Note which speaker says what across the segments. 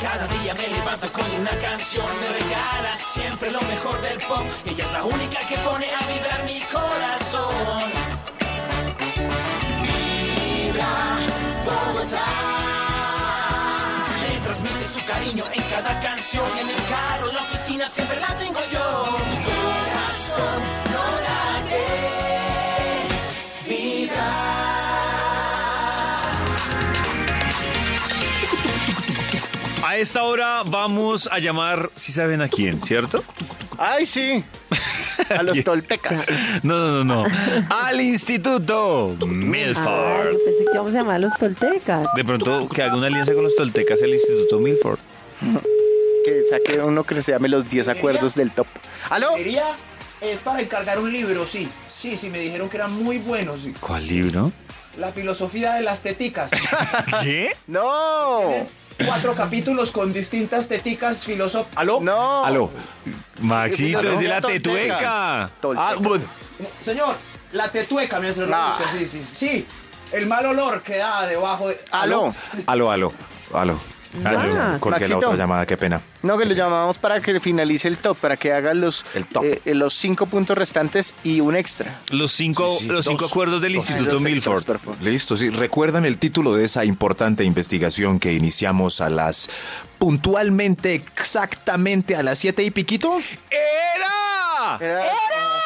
Speaker 1: Cada día me levanto con una canción, me regala siempre lo mejor del pop. Ella es la única que pone a vibrar mi corazón. Vibra Bogotá. Le transmite su cariño en cada canción, en el carro, en la oficina, siempre la tengo yo. Tu corazón no late.
Speaker 2: A esta hora vamos a llamar, si saben a quién, ¿cierto?
Speaker 3: ¡Ay, sí! A los toltecas.
Speaker 2: No, no, no, no. Al Instituto
Speaker 4: Ah,
Speaker 2: Milford.
Speaker 4: yo pensé que íbamos a llamar a los toltecas.
Speaker 5: Ah.
Speaker 2: De pronto que haga una alianza con los toltecas el Instituto Milford.
Speaker 3: Que saque uno que se llame los 10 acuerdos del top. ¿Aló?
Speaker 6: Librería es para encargar un libro, sí. Sí, sí, me dijeron que era muy bueno, sí.
Speaker 2: ¿Cuál libro?
Speaker 6: La filosofía de las teticas. Oh.
Speaker 2: ¿Qué?
Speaker 3: ¡No!
Speaker 6: Cuatro capítulos con distintas teticas filosóficas. ¿Aló?
Speaker 3: ¡No!
Speaker 5: Aló.
Speaker 2: Maxito, es de la tetueca.
Speaker 3: Tolteca.
Speaker 5: Ah, bueno.
Speaker 6: Señor, la tetueca, mientras lo
Speaker 3: Nah.
Speaker 6: busca, sí, sí, sí. El mal olor que da debajo de...
Speaker 3: ¡Aló!
Speaker 5: Aló, aló, aló.
Speaker 2: Ah,
Speaker 4: Nada.
Speaker 5: Corté la
Speaker 3: Maxito.
Speaker 5: otra llamada, qué pena.
Speaker 3: No, que lo llamamos para que finalice el top, para que haga los,
Speaker 5: El top.
Speaker 3: eh, los cinco puntos restantes y un extra.
Speaker 2: Los cinco,
Speaker 5: Sí, sí,
Speaker 2: los cinco
Speaker 5: dos.
Speaker 2: acuerdos del
Speaker 5: Dos.
Speaker 2: Instituto
Speaker 3: Los extras,
Speaker 2: Milford.
Speaker 3: por favor.
Speaker 5: Listo, sí. ¿Recuerdan el título de esa importante investigación que iniciamos a las puntualmente, exactamente a las siete y piquito?
Speaker 2: ¡Era!
Speaker 3: Era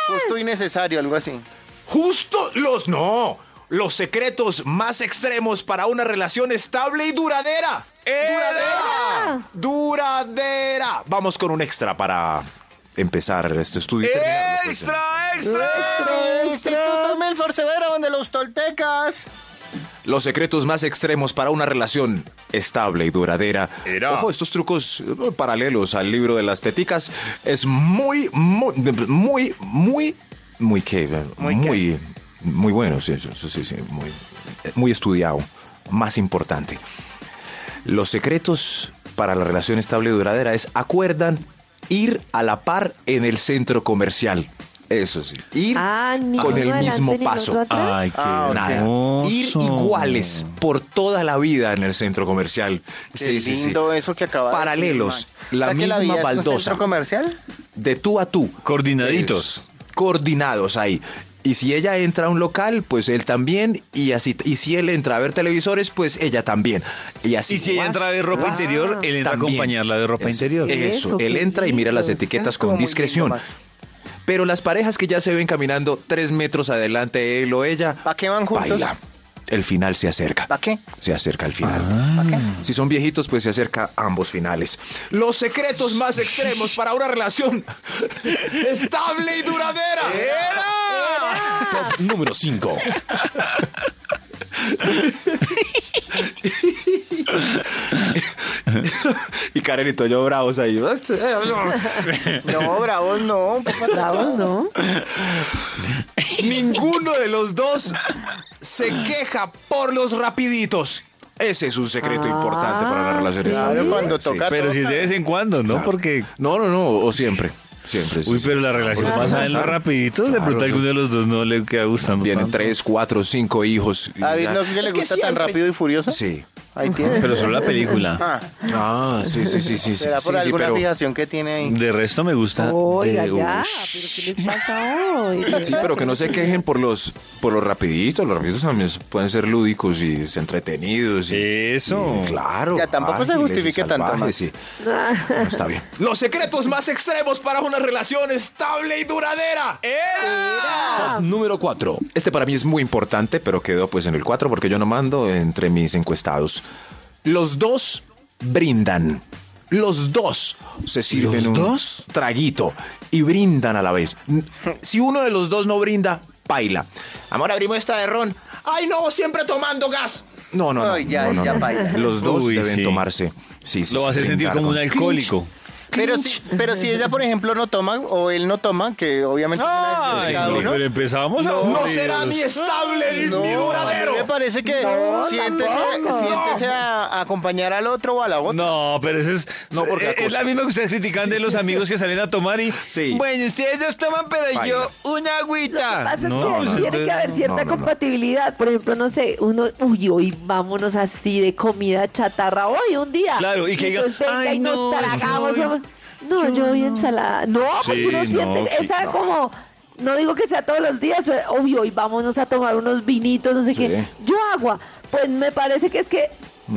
Speaker 3: justo y necesario, algo así.
Speaker 5: Justo los no. Los secretos más extremos para una relación estable y duradera. Duradera. Duradera. Vamos con un extra para empezar este estudio. y terminarlo, pues,
Speaker 2: ¡Extra, extra!
Speaker 3: ¡Extra! Instituto Milford Severo, donde los toltecas.
Speaker 5: Los secretos más extremos para una relación estable y duradera.
Speaker 2: Era.
Speaker 5: Ojo, estos trucos eh, paralelos al libro de las teticas es muy, muy, muy, muy, muy que, eh,
Speaker 3: Muy
Speaker 5: muy, muy, bueno, sí, sí, sí, sí, muy, eh, muy estudiado, más importante. Los secretos para la relación estable y duradera es acuerdan ir a la par en el centro comercial. Eso sí, ir
Speaker 4: Ah, ni
Speaker 5: con
Speaker 4: uno
Speaker 5: el
Speaker 4: adelante
Speaker 5: mismo
Speaker 4: ni el
Speaker 5: paso.
Speaker 4: otro atrás.
Speaker 2: Ay, qué
Speaker 3: Ah, ok.
Speaker 5: Nada.
Speaker 2: hermoso.
Speaker 5: Ir iguales por toda la vida en el centro comercial.
Speaker 3: Qué lindo eso que acaba
Speaker 5: Paralelos,
Speaker 3: de decir, Max.
Speaker 5: la
Speaker 3: O sea, que
Speaker 5: misma
Speaker 3: vida es un
Speaker 5: baldosa.
Speaker 3: centro comercial?
Speaker 5: De tú a tú.
Speaker 2: Coordinaditos.
Speaker 5: Es- coordinados ahí. Y si ella entra a un local, pues él también. Y así, y si él entra a ver televisores, pues ella también. Y así.
Speaker 2: Y si ella
Speaker 5: vas,
Speaker 2: entra a ver ropa
Speaker 5: vas,
Speaker 2: interior, él entra
Speaker 5: Ah, también.
Speaker 2: a acompañarla de ropa
Speaker 5: Eso,
Speaker 2: interior.
Speaker 4: Eh,
Speaker 5: Eso,
Speaker 4: Eso,
Speaker 5: él
Speaker 4: qué
Speaker 5: entra y mira las
Speaker 4: lindo,
Speaker 5: etiquetas
Speaker 3: Estuvo
Speaker 5: con
Speaker 3: muy lindo,
Speaker 5: discreción.
Speaker 3: Max.
Speaker 5: Pero las parejas que ya se ven caminando tres metros adelante, él o ella.
Speaker 3: ¿Pa' qué van juntos?
Speaker 5: Baila. El final se acerca.
Speaker 3: ¿Pa' qué?
Speaker 5: Se acerca al final.
Speaker 3: ¿Pa' qué?
Speaker 5: Si son viejitos, pues se acerca a ambos finales. Los secretos más extremos para una relación estable y duradera.
Speaker 7: Número 5.
Speaker 5: Y Karenito, yo bravos ahí.
Speaker 3: No, bravos no. papá.
Speaker 4: Bravos, ¿no?
Speaker 5: Ninguno de los dos se queja por los rapiditos. Ese es un secreto
Speaker 4: Ah,
Speaker 5: importante para una relación
Speaker 4: sí.
Speaker 5: estable.
Speaker 3: Claro, cuando
Speaker 5: Sí.
Speaker 3: toca.
Speaker 2: Pero si es de vez en cuando, ¿no? Porque.
Speaker 5: No, no, no, o siempre. Siempre. sí,
Speaker 2: Uy,
Speaker 5: sí.
Speaker 2: pero la relación
Speaker 5: Porque
Speaker 2: pasa en los
Speaker 5: están-
Speaker 2: rapiditos. de
Speaker 5: Claro,
Speaker 2: pronto a
Speaker 5: sí.
Speaker 2: alguno de los dos no le queda gustando.
Speaker 5: Tienen
Speaker 2: tanto.
Speaker 5: tres, cuatro, cinco hijos. y
Speaker 3: ¿A David
Speaker 5: ya.
Speaker 3: no que le
Speaker 6: Es que
Speaker 3: gusta tan
Speaker 6: siempre-
Speaker 3: rápido y furioso?
Speaker 5: Sí.
Speaker 3: Ahí tiene.
Speaker 2: Pero solo la película.
Speaker 3: Ah,
Speaker 5: Ah, sí, sí, sí, sí. sí,
Speaker 3: será por
Speaker 5: sí, sí,
Speaker 3: alguna
Speaker 5: pero-
Speaker 3: fijación que tiene ahí.
Speaker 2: De resto me
Speaker 5: Ah,
Speaker 2: gusta.
Speaker 4: Oiga,
Speaker 2: de-
Speaker 4: ya,
Speaker 2: Ush.
Speaker 4: pero ¿qué les pasa hoy?
Speaker 5: Sí, pero que no se quejen por los por los rapiditos. Los rapiditos también pueden ser lúdicos y entretenidos. Y,
Speaker 2: Eso.
Speaker 5: y claro.
Speaker 3: Ya, tampoco se
Speaker 5: ágiles y
Speaker 3: justifique tanto,
Speaker 5: salvajes,
Speaker 3: Max.
Speaker 5: sí. Bueno, está bien. Los secretos más extremos para una relación estable y duradera.
Speaker 7: Número 4.
Speaker 5: Este para mí es muy importante, pero quedó pues en el 4 porque yo no mando entre mis encuestados. Los dos brindan. Los dos se sirven
Speaker 2: ¿Los
Speaker 5: un
Speaker 2: dos?
Speaker 5: traguito y brindan a la vez. N- Si uno de los dos no brinda, baila. Amor, abrimos esta de ron. Ay, no, siempre tomando gas. No, no, no.
Speaker 3: Ay, ya,
Speaker 5: no, no,
Speaker 3: ya
Speaker 5: no.
Speaker 3: baila.
Speaker 5: Los dos
Speaker 2: Uy,
Speaker 5: deben
Speaker 2: sí.
Speaker 5: tomarse. Sí, sí,
Speaker 2: Lo
Speaker 5: sí,
Speaker 2: hace sentir
Speaker 5: brindar
Speaker 2: como un
Speaker 5: con-
Speaker 2: alcohólico.
Speaker 3: Pero si, pero si ella, por ejemplo, no toma o él no toma, que obviamente es una decisión de
Speaker 2: Ay,
Speaker 3: cada
Speaker 2: no,
Speaker 3: uno.
Speaker 2: pero empezamos a
Speaker 6: No
Speaker 2: aburrirnos.
Speaker 6: será ni estable ni
Speaker 3: No, a
Speaker 6: duradero.
Speaker 3: mí me parece que
Speaker 4: No,
Speaker 3: siéntese,
Speaker 4: tampoco.
Speaker 3: siéntese a, a acompañar al otro o a la otra.
Speaker 2: No, pero ese es. eh,
Speaker 5: No,
Speaker 2: es,
Speaker 5: porque
Speaker 2: es
Speaker 5: acosa.
Speaker 2: la misma que ustedes critican de los amigos que salen a tomar y.
Speaker 5: Sí.
Speaker 2: Bueno, ustedes dos toman, pero
Speaker 5: Baila.
Speaker 2: yo una agüita.
Speaker 4: pasa
Speaker 2: No,
Speaker 4: es que
Speaker 2: no,
Speaker 4: tiene
Speaker 2: no.
Speaker 4: que haber cierta
Speaker 5: no, no.
Speaker 4: compatibilidad. Por ejemplo, no sé, uno, uy, hoy vámonos así de comida chatarra hoy un día.
Speaker 2: Claro, y que diga,
Speaker 4: Entonces, venga
Speaker 2: "Ay,
Speaker 4: y nos
Speaker 2: no,
Speaker 4: tragamos.
Speaker 2: yo
Speaker 4: o- No, yo hoy ensalada. No, porque
Speaker 2: Sí,
Speaker 4: uno
Speaker 2: no,
Speaker 4: siente
Speaker 2: sí,
Speaker 4: esa como. No digo que sea todos los días, o- uy, hoy vámonos a tomar unos vinitos, no sé qué. Yo agua. Pues me parece que es que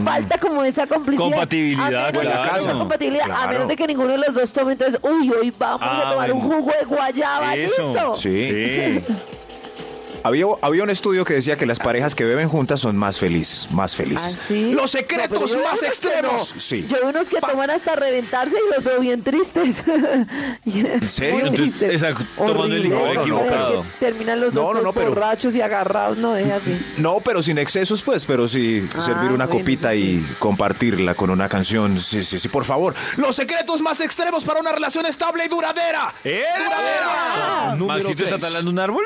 Speaker 4: falta como esa complicidad.
Speaker 2: Mm. Compatibilidad,
Speaker 4: A menos de que
Speaker 2: claro.
Speaker 4: haya esa compatibilidad, A
Speaker 5: Claro.
Speaker 4: menos de que ninguno de los dos tome, entonces, uy, hoy vamos
Speaker 2: Ah,
Speaker 4: a tomar un
Speaker 2: bueno.
Speaker 4: jugo de guayaba,
Speaker 2: Eso.
Speaker 4: listo.
Speaker 5: Sí.
Speaker 2: Sí.
Speaker 5: Había, había un estudio que decía que las parejas que beben juntas son más felices, más felices.
Speaker 4: Así.
Speaker 6: Los secretos
Speaker 4: pero yo veo unos
Speaker 6: más
Speaker 4: que
Speaker 6: extremos.
Speaker 4: no.
Speaker 5: Sí.
Speaker 4: ¿Ah, Yo veo unos que toman hasta reventarse y los veo bien tristes. ¿En
Speaker 5: serio?
Speaker 2: Entonces, exacto, tomando el licor equivocado.
Speaker 4: terminan los
Speaker 5: No,
Speaker 4: dos
Speaker 5: no, no,
Speaker 4: todos
Speaker 5: pero-
Speaker 4: borrachos y agarrados, no es así.
Speaker 5: No, pero sin excesos, pues, pero sí
Speaker 4: Ah,
Speaker 5: servir una
Speaker 4: bueno,
Speaker 5: copita
Speaker 4: eso
Speaker 5: y
Speaker 4: sí.
Speaker 5: compartirla con una canción. Sí, sí, sí, por favor.
Speaker 6: Los secretos más extremos para una relación estable y duradera.
Speaker 2: ¡Eh!
Speaker 7: Número
Speaker 2: ¿Maxito está
Speaker 7: tres.
Speaker 2: talando un árbol?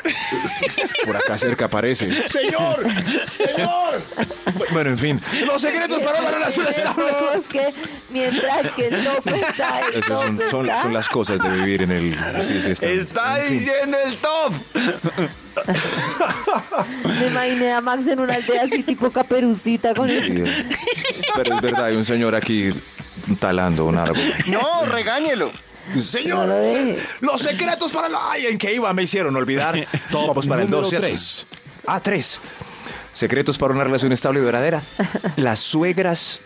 Speaker 5: Por acá cerca aparece.
Speaker 6: Señor, señor.
Speaker 5: Bueno, en fin.
Speaker 6: Los secretos para una relación estable.
Speaker 4: Tenemos que, mientras que el tope está, el
Speaker 5: Esas son,
Speaker 4: tope
Speaker 5: son-
Speaker 4: está.
Speaker 5: son las cosas de vivir en el... Sí, sí, está.
Speaker 2: ¡Está diciendo el top!
Speaker 4: Me imaginé a Max en una aldea así tipo caperucita con el...
Speaker 5: Sí, eh. Pero es verdad, hay un señor aquí talando un árbol.
Speaker 3: No, regáñelo.
Speaker 4: No lo deje.
Speaker 5: Los secretos para la... Ay, ¿en qué iba? Me hicieron olvidar. Vamos para el
Speaker 7: número
Speaker 5: 12.
Speaker 7: tres.
Speaker 5: Ah, 3. Secretos para una relación estable y duradera. Las suegras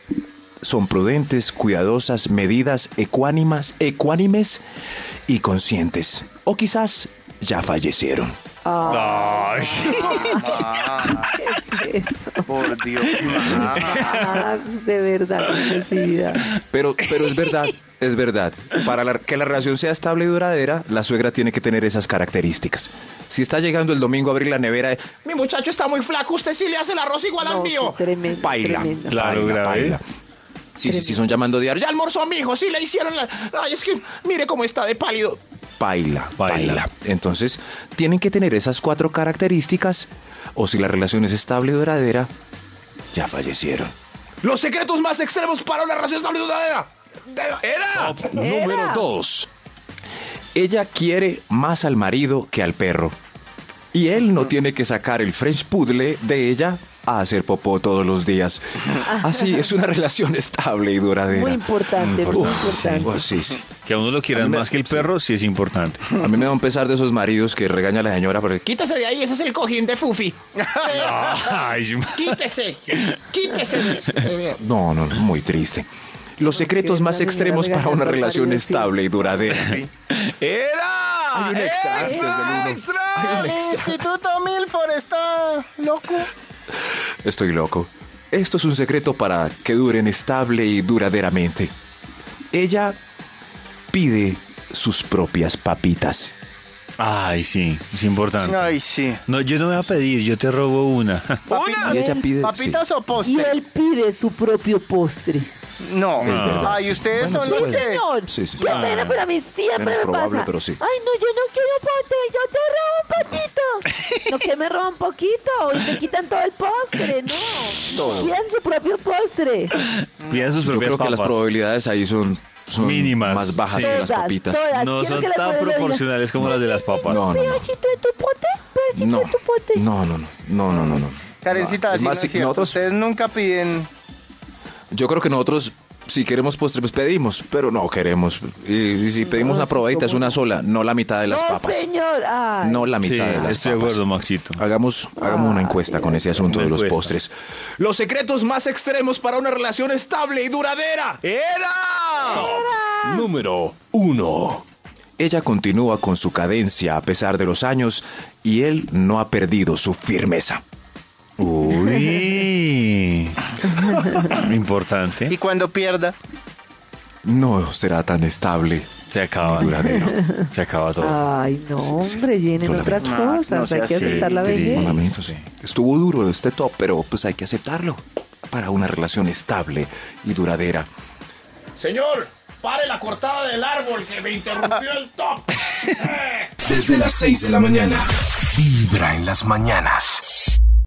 Speaker 5: son prudentes, cuidadosas, medidas, ecuánimas, ecuánimes y conscientes. O quizás ya fallecieron.
Speaker 2: Ay,
Speaker 4: ¿Qué es eso?
Speaker 3: Por Dios.
Speaker 4: Max, de verdad, necesidad.
Speaker 5: Pero, pero es verdad, es verdad. Para la- que la relación sea estable y duradera, la suegra tiene que tener esas características. Si está llegando el domingo a abrir la nevera,
Speaker 6: Mi muchacho está muy flaco, usted sí le hace el arroz igual al
Speaker 4: No, sí,
Speaker 6: mío.
Speaker 4: tremendo,
Speaker 5: baila.
Speaker 4: tremendo.
Speaker 2: Claro, grave.
Speaker 5: Si son llamando diario,
Speaker 6: Ya almorzó a mi hijo, sí le hicieron la... Ay, es que mire cómo está de pálido.
Speaker 5: Paila,
Speaker 2: Paila.
Speaker 5: paila, Entonces, tienen que tener esas cuatro características o si la relación es estable y duradera, ya fallecieron.
Speaker 6: Los secretos más extremos para una relación estable y duradera. De-
Speaker 2: ¡Era!
Speaker 7: Top número 2.
Speaker 5: Ella quiere más al marido que al perro. Y él no tiene que sacar el French Poodle de ella a hacer popó todos los días. Así es una relación estable y duradera.
Speaker 4: Muy importante, muy
Speaker 5: Uf,
Speaker 4: importante.
Speaker 5: uf, sí, sí.
Speaker 2: Que a uno lo
Speaker 5: A
Speaker 2: quieran
Speaker 5: mí me-
Speaker 2: más que el perro, sí es importante.
Speaker 5: A mí me da un pesar de esos maridos que regaña a la señora por el
Speaker 6: Quítese de ahí, ese es el cojín de Fufi.
Speaker 2: Ay,
Speaker 6: Quítese, quítese. de eso.
Speaker 5: No, no, no, muy triste. Los secretos
Speaker 4: que
Speaker 5: más
Speaker 4: la señora
Speaker 5: extremos para
Speaker 4: regañando
Speaker 5: una
Speaker 4: al
Speaker 5: relación
Speaker 4: marido, sí,
Speaker 5: estable
Speaker 4: sí.
Speaker 5: y duradera.
Speaker 2: ¡Era!
Speaker 5: Hay un extra antes del uno.
Speaker 2: extra!
Speaker 3: El Instituto Milford está loco.
Speaker 5: Estoy loco. Esto es un secreto para que duren estable y duraderamente. Ella pide sus propias papitas.
Speaker 2: Ay, sí, es importante.
Speaker 5: Ah.
Speaker 3: Ay, sí.
Speaker 2: No, yo no voy a pedir, yo te robo una.
Speaker 4: Ah,
Speaker 3: ¿Papitas,
Speaker 5: Y ella pide.
Speaker 3: papitas o
Speaker 4: Y
Speaker 3: postre?
Speaker 4: él pide su propio postre.
Speaker 3: No.
Speaker 5: Es verdad,
Speaker 3: Ay,
Speaker 5: sí.
Speaker 3: ustedes
Speaker 5: Bueno,
Speaker 3: son
Speaker 5: sí,
Speaker 3: los
Speaker 5: puede.
Speaker 3: que...
Speaker 4: Señor,
Speaker 5: Sí, sí.
Speaker 4: qué
Speaker 5: Ah.
Speaker 4: pena, pero a mí siempre
Speaker 5: Menos
Speaker 4: me
Speaker 5: probable,
Speaker 4: pasa.
Speaker 5: pero sí.
Speaker 4: Ay, no, yo no quiero postre, yo te robo un poquito. no, que me roban poquito y me quitan todo el postre, no. Quieren su propio postre.
Speaker 2: Piden sus
Speaker 5: Yo
Speaker 2: propias
Speaker 5: creo que las
Speaker 2: papas.
Speaker 5: probabilidades ahí son, son
Speaker 2: Mínimas,
Speaker 5: más bajas
Speaker 2: sí.
Speaker 5: que
Speaker 4: Todas,
Speaker 5: las papitas.
Speaker 4: todas.
Speaker 2: No
Speaker 4: Quiero
Speaker 2: son
Speaker 4: que la
Speaker 2: tan
Speaker 4: mujer lo diga.
Speaker 2: proporcionales como las de las papas.
Speaker 5: No, no, no.
Speaker 4: Pedacito de tu pote, pedacito
Speaker 5: No,
Speaker 4: de tu pote.
Speaker 5: no, no, no, no, no, no, no.
Speaker 3: Karencita,
Speaker 5: Es
Speaker 3: así no
Speaker 5: más,
Speaker 3: es
Speaker 5: si
Speaker 3: cierto.
Speaker 5: nosotros-
Speaker 3: ustedes nunca piden...
Speaker 5: Yo creo que nosotros, si queremos postre, pues pedimos, pero no queremos. Y, y si pedimos una
Speaker 4: sí,
Speaker 5: probadita, es
Speaker 4: ¿cómo
Speaker 5: una sola, no la mitad de las
Speaker 4: no,
Speaker 5: papas.
Speaker 4: señor. Ay,
Speaker 5: No la
Speaker 2: Sí,
Speaker 5: mitad de las
Speaker 2: estoy de
Speaker 5: papas. Ah.
Speaker 2: acuerdo, Maxito.
Speaker 5: Hagamos, hagamos una encuesta con ese asunto
Speaker 2: Una
Speaker 5: de los
Speaker 2: encuesta.
Speaker 5: postres.
Speaker 6: Los secretos más extremos para una relación estable y duradera.
Speaker 5: Eh,
Speaker 2: ¡Era!
Speaker 7: Número 1.
Speaker 5: Ella continúa con su cadencia a pesar de los años y él no ha perdido su firmeza.
Speaker 2: Uy.
Speaker 3: Y
Speaker 2: Importante.
Speaker 3: cuando pierda...
Speaker 5: No será tan estable
Speaker 2: Se acaba.
Speaker 5: ni duradero.
Speaker 2: Se acaba todo.
Speaker 4: Ay, no, hombre, vienen
Speaker 5: Solamente.
Speaker 4: otras
Speaker 3: No,
Speaker 4: cosas.
Speaker 3: no
Speaker 4: Hay que
Speaker 3: seas
Speaker 4: aceptar la
Speaker 2: triste.
Speaker 4: vejez.
Speaker 5: Amiguitos, Estuvo duro este top, pero pues hay que aceptarlo para una relación estable y duradera.
Speaker 6: Señor, Pare la cortada del árbol que me interrumpió el top.
Speaker 5: Desde las 6 de la mañana. Vibra en las mañanas.